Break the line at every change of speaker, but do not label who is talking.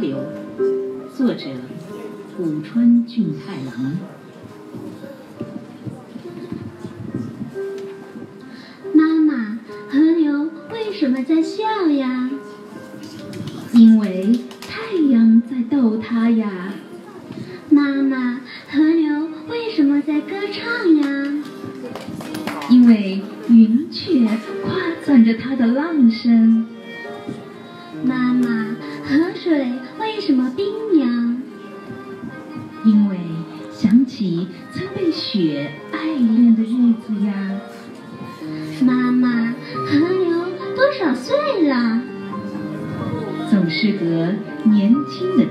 流》，作者古川俊太郎。
妈妈，河流为什么在笑呀？
因为太阳在逗它呀。
妈妈，河流为什么在歌唱呀？
因为云雀夸赞着它的浪声。
妈妈，河水为什么冰凉？
因为想起曾被雪爱恋的日子呀。
妈妈，河流多少岁了？
总是和年轻的